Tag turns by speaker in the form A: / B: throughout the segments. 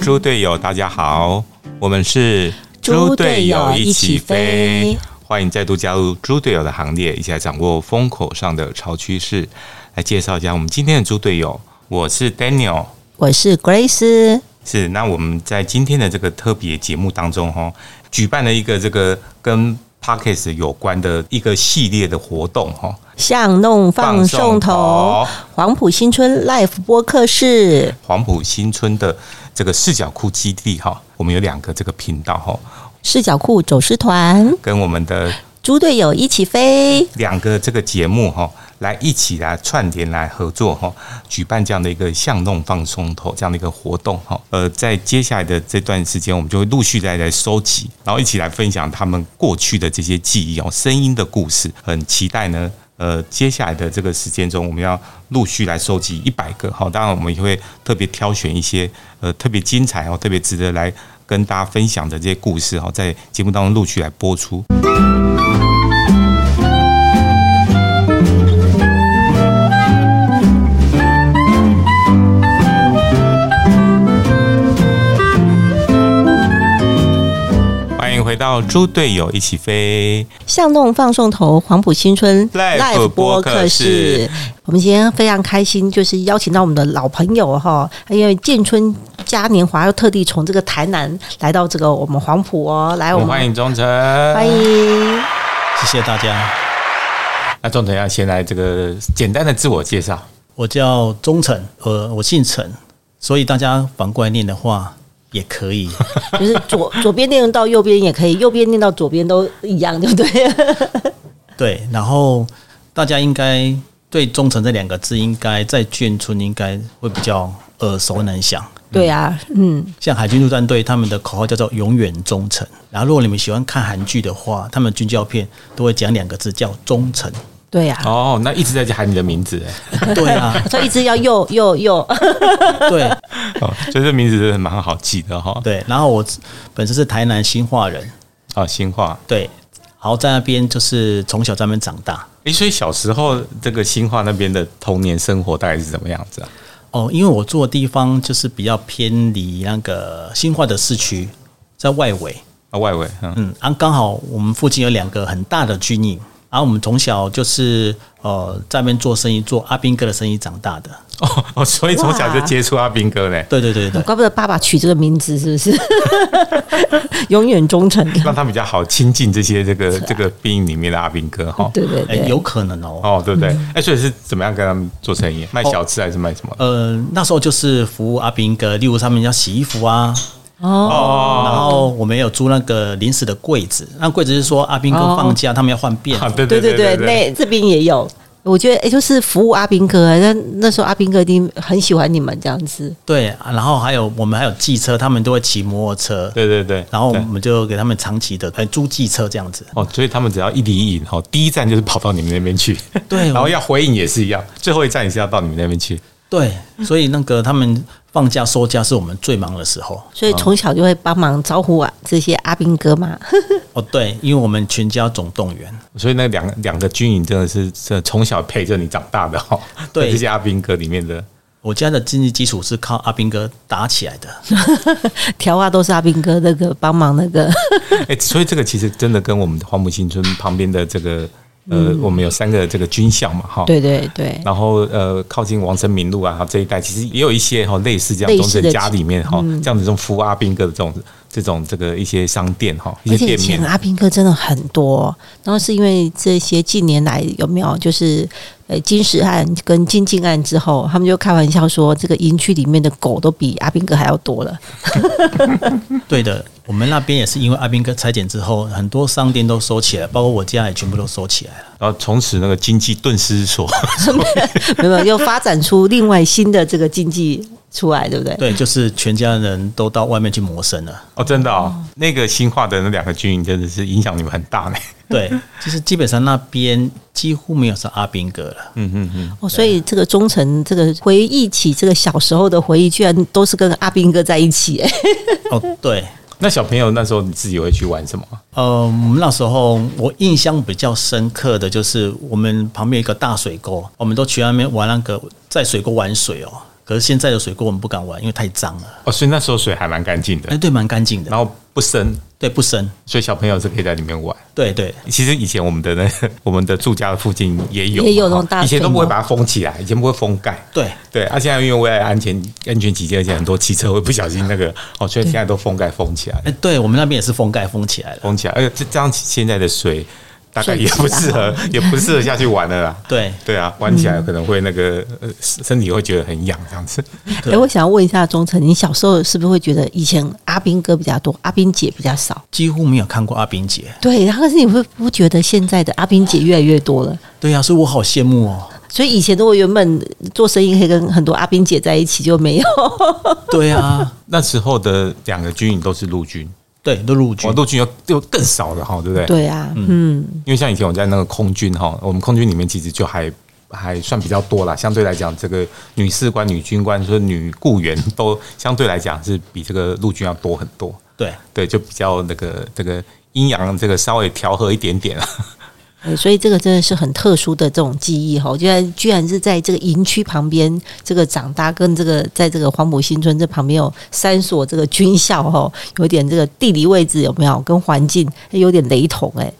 A: 猪队友，大家好，我们是
B: 猪队友一起飞，
A: 欢迎再度加入猪队友的行列，一起来掌握风口上的潮趋势。来介绍一下我们今天的猪队友，我是 Daniel，
B: 我是 Grace。
A: 是那我们在今天的这个特别节目当中，哈，举办了一个这个跟 Pockets 有关的一个系列的活动，哈。
B: 巷弄放送头，黄埔新村 Life 播客室，
A: 黄埔新村的这个视角库基地哈，我们有两个这个频道哈，
B: 视角库走失团
A: 跟我们的
B: 猪队友一起飞，
A: 两个这个节目哈，来一起来串联来合作哈，举办这样的一个巷弄放松头这样的一个活动哈。呃，在接下来的这段时间，我们就会陆续再来收集，然后一起来分享他们过去的这些记忆哦，声音的故事，很期待呢。呃，接下来的这个时间中，我们要陆续来收集一百个哈，当然我们也会特别挑选一些呃特别精彩哦，特别值得来跟大家分享的这些故事哈，在节目当中陆续来播出。欢迎回到猪队友一起飞。
B: 巷弄放送头，黄埔新村
A: Live 播客室。
B: 我们今天非常开心，就是邀请到我们的老朋友哈，因为建春嘉年华又特地从这个台南来到这个我们黄埔哦，来
A: 我
B: 我
A: 们
B: 们
A: 欢迎忠诚，
B: 欢迎。
C: 谢谢大家，
A: 那忠诚要先来这个简单的自我介绍。
C: 我叫钟诚，呃，我姓陈，所以大家反过来念的话也可以。
B: 就是左 左边念到右边也可以，右边念到左边都一样，对不对？
C: 对，然后大家应该对“忠诚”这两个字，应该在眷村应该会比较耳熟能详。
B: 对啊，嗯，
C: 像海军陆战队他们的口号叫做“永远忠诚”，然后如果你们喜欢看韩剧的话，他们军教片都会讲两个字叫“忠诚
B: 对啊，
A: 哦，那一直在喊你的名字，哎”。
C: 对啊，
B: 所以一直要右右右，
C: 对
A: 哦，所以这名字真的蛮好记的哈。
C: 对。然后我本身是台南新化人，
A: 哦，新化，
C: 对，然后在那边就是从小在那边长大。
A: 诶，所以小时候这个新化那边的童年生活大概是怎么样子啊？
C: 哦，因为我住的地方就是比较偏离那个新化的市区，在外围。
A: 啊，外围，嗯，
C: 嗯，啊，刚好我们附近有两个很大的军营，然、后我们从小就是呃在那边做生意，做阿兵哥的生意长大的。
A: 哦 哦，所以从小就接触阿兵哥嘞，
C: 对对对 对，
B: 怪不得爸爸取这个名字是不是？永远忠诚，
A: 让他比较好亲近这些这个这个兵营里面的阿兵哥哈。
B: 对嗯对
C: 哎、
B: 对，
C: 有可能哦。
A: 哦，对不对？哎，所以是怎么样跟他们做生意？卖
B: 哦
A: 小吃还是卖什么？
C: 呃，那时候就是服务阿兵哥，例如他们要洗衣服啊，
B: 哦，
C: 然
A: 哦，
C: 后我们也有租那个临时的柜子，那柜子是说阿兵哥
B: 哦
C: 放假，他们要换便
A: 啊
C: 服，
A: 对
B: 对
A: 对
B: 对
A: 对
B: 对
A: 对，
B: 那这边也有。我觉得，哎、就是服务阿兵哥，啊那那时候阿兵哥一定很喜欢你们这样子，
C: 对，啊然后还有我们还有汽车，他们都会骑摩托车，
A: 对对对，
C: 然后我
A: 对
C: 们就给他们长期的，呃，租汽车这样子。
A: 哦，所以他们只要一离营，哦，第一站就是跑到你们那边去，
C: 对
A: 然
C: 我
A: 后
C: 们
A: 要回应也是一样，最后一站也是要到你们那边去。
C: 对，所以那个他们放假收假是我们最忙的时候。
B: 所以从小就会帮忙招呼啊这些阿兵哥嘛。
C: 哦，对，因为我们全家总动员，
A: 所以那两个两个军营真的是这从小陪着你长大的哦，
C: 对
A: 在这些阿兵哥里面的。
C: 我家的经济基础是靠阿兵哥打起来的。
B: 条啊都是阿兵哥那个帮忙那个，
A: 哎、所以这个其实真的跟我们的黄埔新村旁边的这个呃，
C: 嗯
A: 我们有三个这个军校嘛，哈。。
B: 对对对，
A: 然后呃，靠近王生明路啊这一带，其实也有一些哈、类似这样
B: 类
A: 中
B: 似的
A: 正家里面哈、
C: 嗯
A: 这样子这种服务阿兵哥的这种这种这个一些商店哈、一
B: 而
A: 些
B: 且以嗯
A: 店
B: 前
A: 面。啊
B: 阿兵哥真的很多，然后是因为这些近年来有没有就是呃金石案跟金靖案之后，他们就开玩笑说这个营区里面的狗都比阿兵哥还要多 了。
C: 对的，我们那边也是因为阿兵哥裁减之后，很多商店都收起来，包括我家也全部都收起来了。
A: 然后从此那个经济顿失 所，
B: 没有，又发展出另外新的这个经济出来，对不对？
C: 对，就是全家人都到外面去谋生了。
A: 哦，真的哦，那个新化的那两个军营真的是影响你们很大呢。
C: 对，就是基本上那边几乎没有是阿兵哥了。
A: 嗯嗯嗯，
B: 哦，所以这个忠诚，这个回忆起这个小时候的回忆，居然都是跟阿兵哥在一起，哎，
C: 哦，对，
A: 那小朋友那时候你自己会去玩什么？
C: 呃，我们那时候我印象比较深刻的就是我们旁边有一个大水沟，我们都去那边玩那个在水沟玩水哦。可是现在的水沟我们不敢玩，因为太脏了。
A: 哦，所以那时候水还蛮干净
C: 哎，
A: 的，
C: 对，蛮干净的
A: 然，后不深，
C: 对，不深，
A: 所以小朋友是可以在里面玩。
C: 对对
A: 其实以前我们的那 我们的住家的附近也有哦
B: 也有那种大
A: 以前都
B: 水
A: 不会
B: 沟
A: 把它封起来，以前不会封盖。
C: 对，
A: 对，啊，现在因为为了安全安全起见，而且很多汽车会不小心那个哦，所以现在都封盖封起来，
B: 嗯
C: 哎，对我们那边也是封盖封起来了。
A: 封起来，而且这这样现在的水大概也
B: 水质
A: 不
B: 啊
A: 适合，也不适合下去玩了啦。
C: 对，
A: 对啊，玩起来可能会那个呃身体会觉得很痒这样子。
B: 哎、我想问一下钟诚，你小时候是不是会觉得以前阿兵哥比较多，阿兵姐比较少？
C: 几乎没有看过阿炳姐。
B: 对，然后可是你会不觉得现在的阿兵姐越来越多了？
C: 对呀、所以我好羡慕哦。
B: 所以以前如果原本做生意可以跟很多阿兵姐在一起，就没有。
C: 对啊，
A: 那时候的两个军营都是陆军，
C: 对，都陆
A: 哦，
C: 军。
A: 陆军又又更少了哈，对不对？
B: 对啊，嗯，
A: 因为像以前我在那个空军哈，我们空军里面其实就还还算比较多啦，相对来讲，这个女士官、女军官，就是女雇员都相对来讲是比这个陆军要多很多。
C: 对，
A: 对，就比较那个这个阴阳这个稍微调和一点点啊。
B: 哎所以这个真的是很特殊的这种记忆哈，居然居然是在这个营区旁边这个长大，跟这个在这个黄埔新村这旁边有三所这个军校哈，有点这个地理位置有没有跟环境有点雷同哎、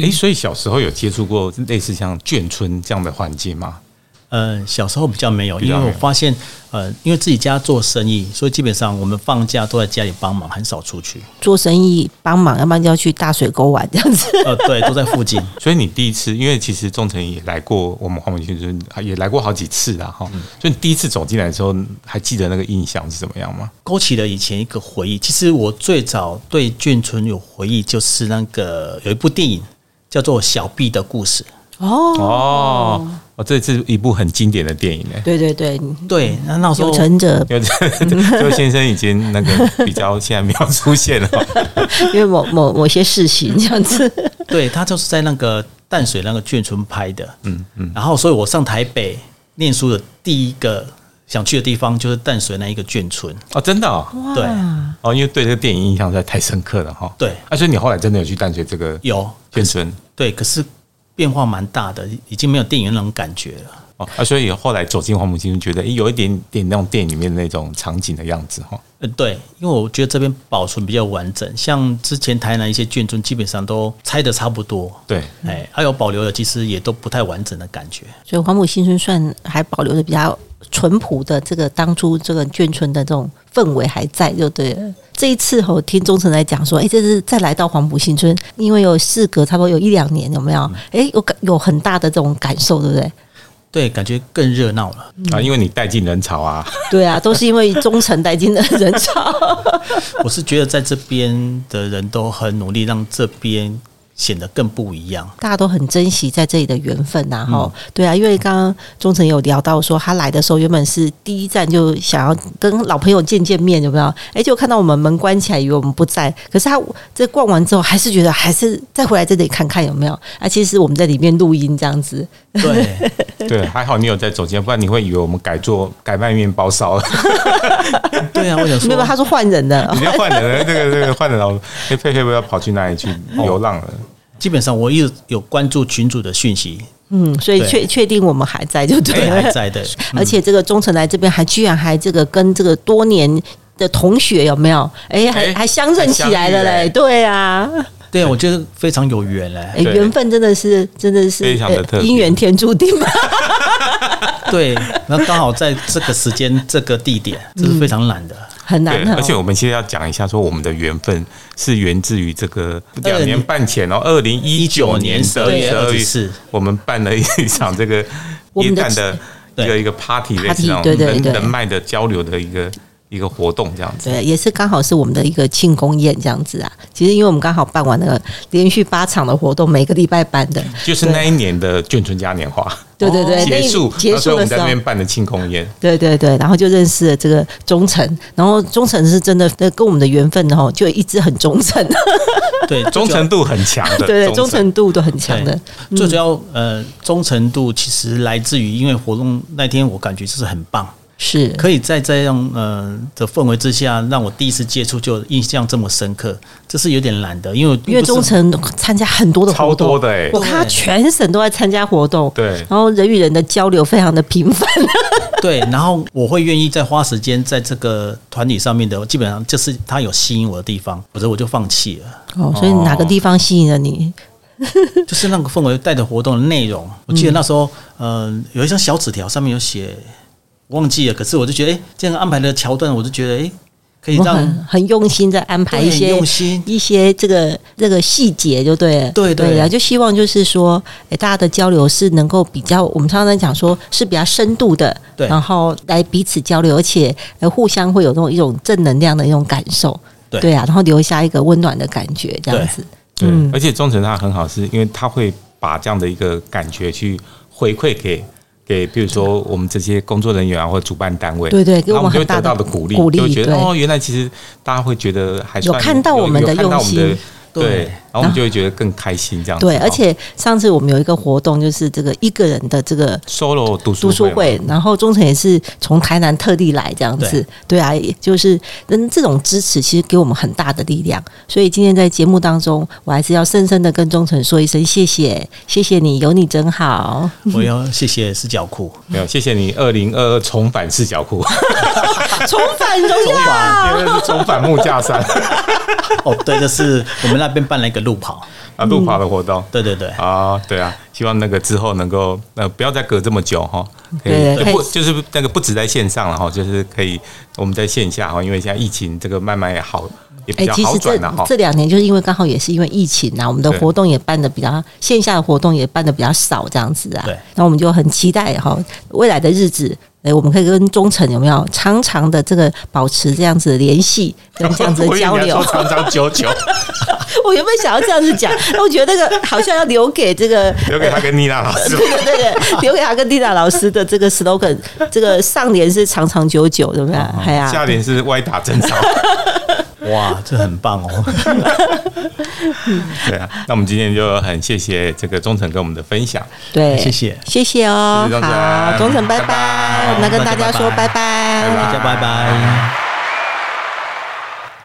A: 诶，所以小时候有接触过类似像眷村这样的环境吗？
C: 呃，小时候比较没有，
A: 比
C: 因
A: 较
C: 为
A: 没有
C: 我发现，呃，因为自己家做生意，所以基本上我们放假都在家里帮忙，很少出去。
B: 做生意帮忙，要不然就要去大水沟玩这样子。
C: 呃，对，都在附近。
A: 所以你第一次，因为其实仲成也来过我们黄埔新村，也来过好几次啦哈。所以你第一次走进来的时候，还记得那个印象是怎么样吗？
C: 勾起了以前一个回忆。其实我最早对眷村有回忆，就是那个有一部电影叫做《小 B 的故事》。
B: 哦，
A: 哦，哦，这是一部很经典的电 影诶。
B: 对对对，
C: 对，那那时候
B: 有成者，
A: 因为这这位先生已经那个比较现在没有出现了，
B: 因为某某某些事情这样子。
C: 对他就是在那个淡水那个眷村拍的。嗯嗯。然后，所以我上台北念书的第一个想去的地方就是淡水那一个眷村。
A: 哦，真的哦，
C: 对，
A: 哦，因为对这个电影印象实在太深刻了哈。
C: 对
A: 啊，所以你后来真的有去淡水这个
C: 有
A: 眷村
C: 对，可是变化蛮大的，已经没有电影那种感觉了。
A: 哦，啊，所以后来走进黄埔新村，觉得诶有一点点那种电影里面的那种场景的样子哈。
C: 呃，对，因为我觉得这边保存比较完整，像之前台南一些眷村基本上都拆的差不多，
A: 对，
C: 哎，还有保留的其实也都不太完整的感觉。
B: 所以黄埔新村算还保留的比较淳朴的这个当初这个眷村的这种氛围还在，就对了。这一次吼，听钟诚来讲说，哎、这次再来到黄埔新村，因为有事隔差不多有一两年，有没有？哎、有感有很大的这种感受，对不对？
C: 对，感觉更热闹了。
A: 啊，因为你带进人潮啊，
B: 对啊，都是因为忠诚带进的人潮。
C: 我是觉得在这边的人都很努力，让这边显得更不一样。
B: 大家都很珍惜在这里的缘分呐、啊，哈、对啊，因为刚刚钟诚有聊到说，他来的时候原本是第一站就想要跟老朋友见见面，有没有？哎，结果看到我们门关起来，以为我们不在，可是他这逛完之后，还是觉得还是再回来这里看看有没有？啊，其实我们在里面录音这样子，
C: 对，
A: 对，还好你有在走进来，不然你会以为我们改做改卖面包烧了，
C: 对啊，我想
B: 没有，
C: 说，
B: 他说换人的
A: 你，就换人了，这个这个换人了，哎，佩佩不要跑去哪里去流浪了。
C: 基本上我一直有关注群主的讯息，
B: 嗯，所以
C: 对
B: 确确定我们还在就对
C: 对，
B: 了
C: 还。在的。
B: 而且这个钟诚来这边还居然还这个跟这个多年的同学有没有？哎，还
A: 哎
B: 还相认起来了
A: 还相遇
B: 嘞，
A: 嘞
B: 对啊。
C: 对啊，我觉得非常有缘嘞、
B: 哎，
A: 对
B: 缘分真的是真的是
A: 非常的
B: 呃
A: 特别
B: 姻缘天注定嘛。
C: 对，那刚好在这个时间、这个地点，这是非常难的。
B: 很难
A: 对，
B: 哦。
A: 而且我们现在要讲一下，说我们的缘分是源自于这个两年半前哦，二零一九年十二月
C: 对
A: 十二
C: 是
A: 日，我们办了一场这个
B: 我
A: 耶
B: 们的
A: 诞的一个
C: 对
A: 一个 party 类
B: party，
A: 似那种
B: 对对
A: 人
B: 对
A: 人脉的交流的一个一个活动这样子。
B: 对，也是刚好是我们的一个庆功宴这样子啊。其实因为我们刚好办完那个连续八场的活动，每个礼拜办的，
A: 就是那一年的眷村嘉年华
B: 对对对，那
A: 结
B: 一
A: 束，
B: 结
A: 然后所以
B: 束
A: 我
B: 的
A: 们在
B: 时
A: 那
B: 候，
A: 边办的庆功宴，
B: 对对对，然后就认识了这个忠诚，然后忠诚是真的跟我们的缘分哦，就一直很忠诚，
C: 对，
A: 忠诚度很强的，
B: 对对，忠诚度都很强的
C: 对，，最主要呃，忠诚度其实来自于因为活动那天我感觉就是很棒，
B: 是
C: 可以在这样呃的氛围之下，让我第一次接触就印象这么深刻，这是有点难的，因为
B: 因为
C: 不是
B: 忠诚参加很多的活
A: 超
B: 动，
A: 多的哎、
B: 我看他全省都在参加活动，
A: 对
B: 然后人与人的交流非常的频繁，
C: 对，然后我会愿意再花时间在这个团体上面的，基本上就是它有吸引我的地方，否则我就放 弃了。
B: 哦，所以哪个地方吸引了你？
C: 就是那个氛围带的活动的内容，我记得那时候，嗯、呃，有一张小纸条上面有写，我忘记了，可是我就觉得，哎、这样安排的桥段，我就觉得，哎、可以
B: 我
C: 让
B: 很很用心在安排
C: 对
B: 一些
C: 用心
B: 一些这个这个细节就对了，
C: 对对
B: 对，然后就希望就是说，哎，大家的交流是能够比较，我们常常在讲说是比较深度的，
C: 对
B: 然后来彼此交流，而且呃互相会有那种一种正能量的一种感受，
C: 对
B: 啊，然后留下一个温暖的感觉，这样
C: 对
B: 子，
A: 对，
B: 嗯
A: 而且忠诚他很好，是因为他会把这样的一个感觉去回馈给给，比如说我们这些工作人员啊，或者主办单位，
B: 对对给
A: 然后
B: 我
A: 我们
B: 们
A: 就会
B: 很大
A: 得
B: 的
A: 到的鼓励，
B: 鼓励
A: 就会觉得
B: 对
A: 哦，原来其实大家会觉得还
B: 有
A: 算
B: 看到
A: 有
B: 我们的
A: 有看到
B: 用
A: 我们的
B: 心
A: 对
C: 对，
A: 然后我们就会觉得更开心这样子。
B: 对，
A: 哦
B: 而且上次我们有一个活动，就是这个一个人的这个
A: solo 读
B: 嗯读书
A: 书会
B: 会，然后忠诚也是从台南特地来这样子，对啊，也就是嗯这种支持其实给我们很大的力量，所以今天在节目当中，我还是要深深的跟忠诚说一声谢谢，谢谢你，有你真好。
C: 我要谢谢四角裤，
A: 嘛没有，谢谢你二零二二重返视角库，
B: 重返荣耀，
A: 因为是重返木架山
C: 哦，对，这是我们那边办了一个路跑，
A: 啊，路跑的活动。
C: 对对对，
A: 啊，对啊，希望那个之后能够呃不要再隔这么久哈，可
B: 对
A: 以就
B: 可以
A: 不就是那个不止在线上了哈，就是可以我们在线下哈，因为现在疫情这个慢慢也好也比
B: 哎、
A: 较
B: 其
A: 好
B: 实这
A: 转了哈。
B: 这两年就是因为刚好也是因为疫情啊，我们的
A: 对
B: 活动也办的比较线下的活动也办的比较少这样子啊
C: 对，
B: 那我们就很期待哈未来的日子。哎，我们可以跟忠诚有没有常常的这个保持这样子的 联系，跟这样子
A: 我
B: 的
A: 以为
B: 交
A: 你要
B: 流
A: 说？长长久久，
B: 我原本想要这样子讲， 但我觉得那个好像要留给这个
A: 留给他跟妮娜老师吧。
B: 这个这个留给阿根蒂娜老师的这个 slogan，这个上联是长长久久，对不对？哎
A: 哦
B: 呀、
A: 下联是歪打正着，
C: 哇，这很棒哦。
A: 对啊。那我们今天就很谢谢这个忠诚跟我们的分享，
B: 对，
C: 谢谢
B: 谢谢哦
A: 谢谢，忠诚
B: 好，忠诚，拜
A: 拜拜
B: 拜，我们来跟大家说
C: 拜拜
B: 拜拜
A: 拜拜
C: 大家拜拜。